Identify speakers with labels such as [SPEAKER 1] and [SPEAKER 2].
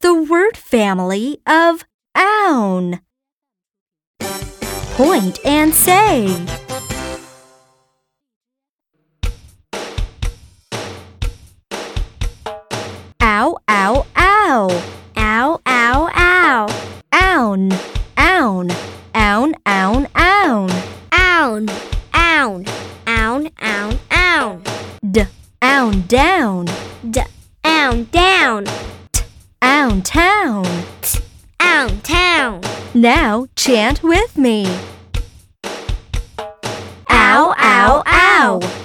[SPEAKER 1] the word family of own. Point and say. Ow, ow, ow. Ow, ow, ow. Own, own, own, own, own.
[SPEAKER 2] Own, own, own, own, own.
[SPEAKER 1] D, own, down.
[SPEAKER 2] D, own, down,
[SPEAKER 1] Own, town.
[SPEAKER 2] own, town.
[SPEAKER 1] Now chant with me. Ow, ow, ow.